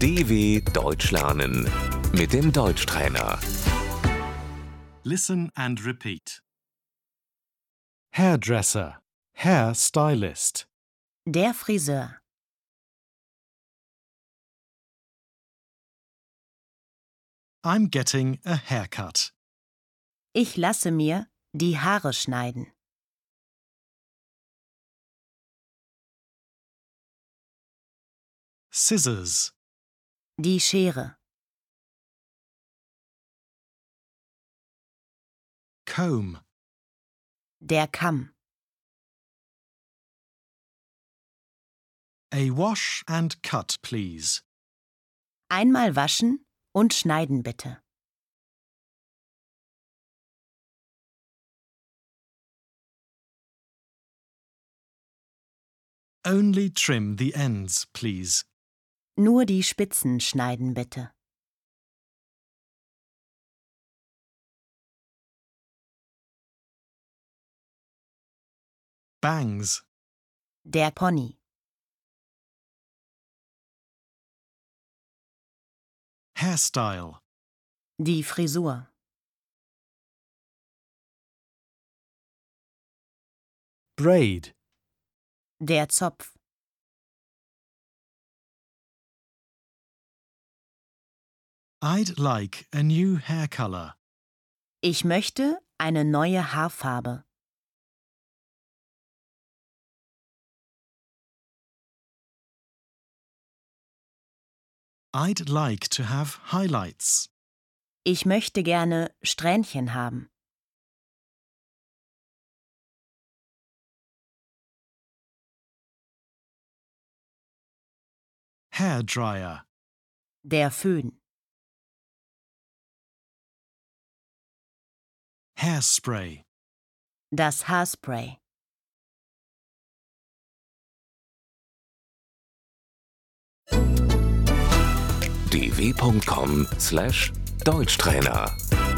DW Deutsch lernen mit dem Deutschtrainer. Listen and repeat. Hairdresser, hair stylist, Der Friseur. I'm getting a haircut. Ich lasse mir die Haare schneiden. Scissors, Die Schere. comb, Der Kamm. a wash and cut, please. Einmal waschen und schneiden bitte. Only trim the ends, please. Nur die Spitzen schneiden bitte. Bangs, Der Pony. hairstyle, Die Frisur. braid, Der Zopf. I'd like a new hair color. Ich möchte eine neue Haarfarbe. I'd like to have highlights. Ich möchte gerne Strähnchen haben. Hairdryer, Der Föhn. hairspray, Das Haarspray. dw.com/deutschtrainer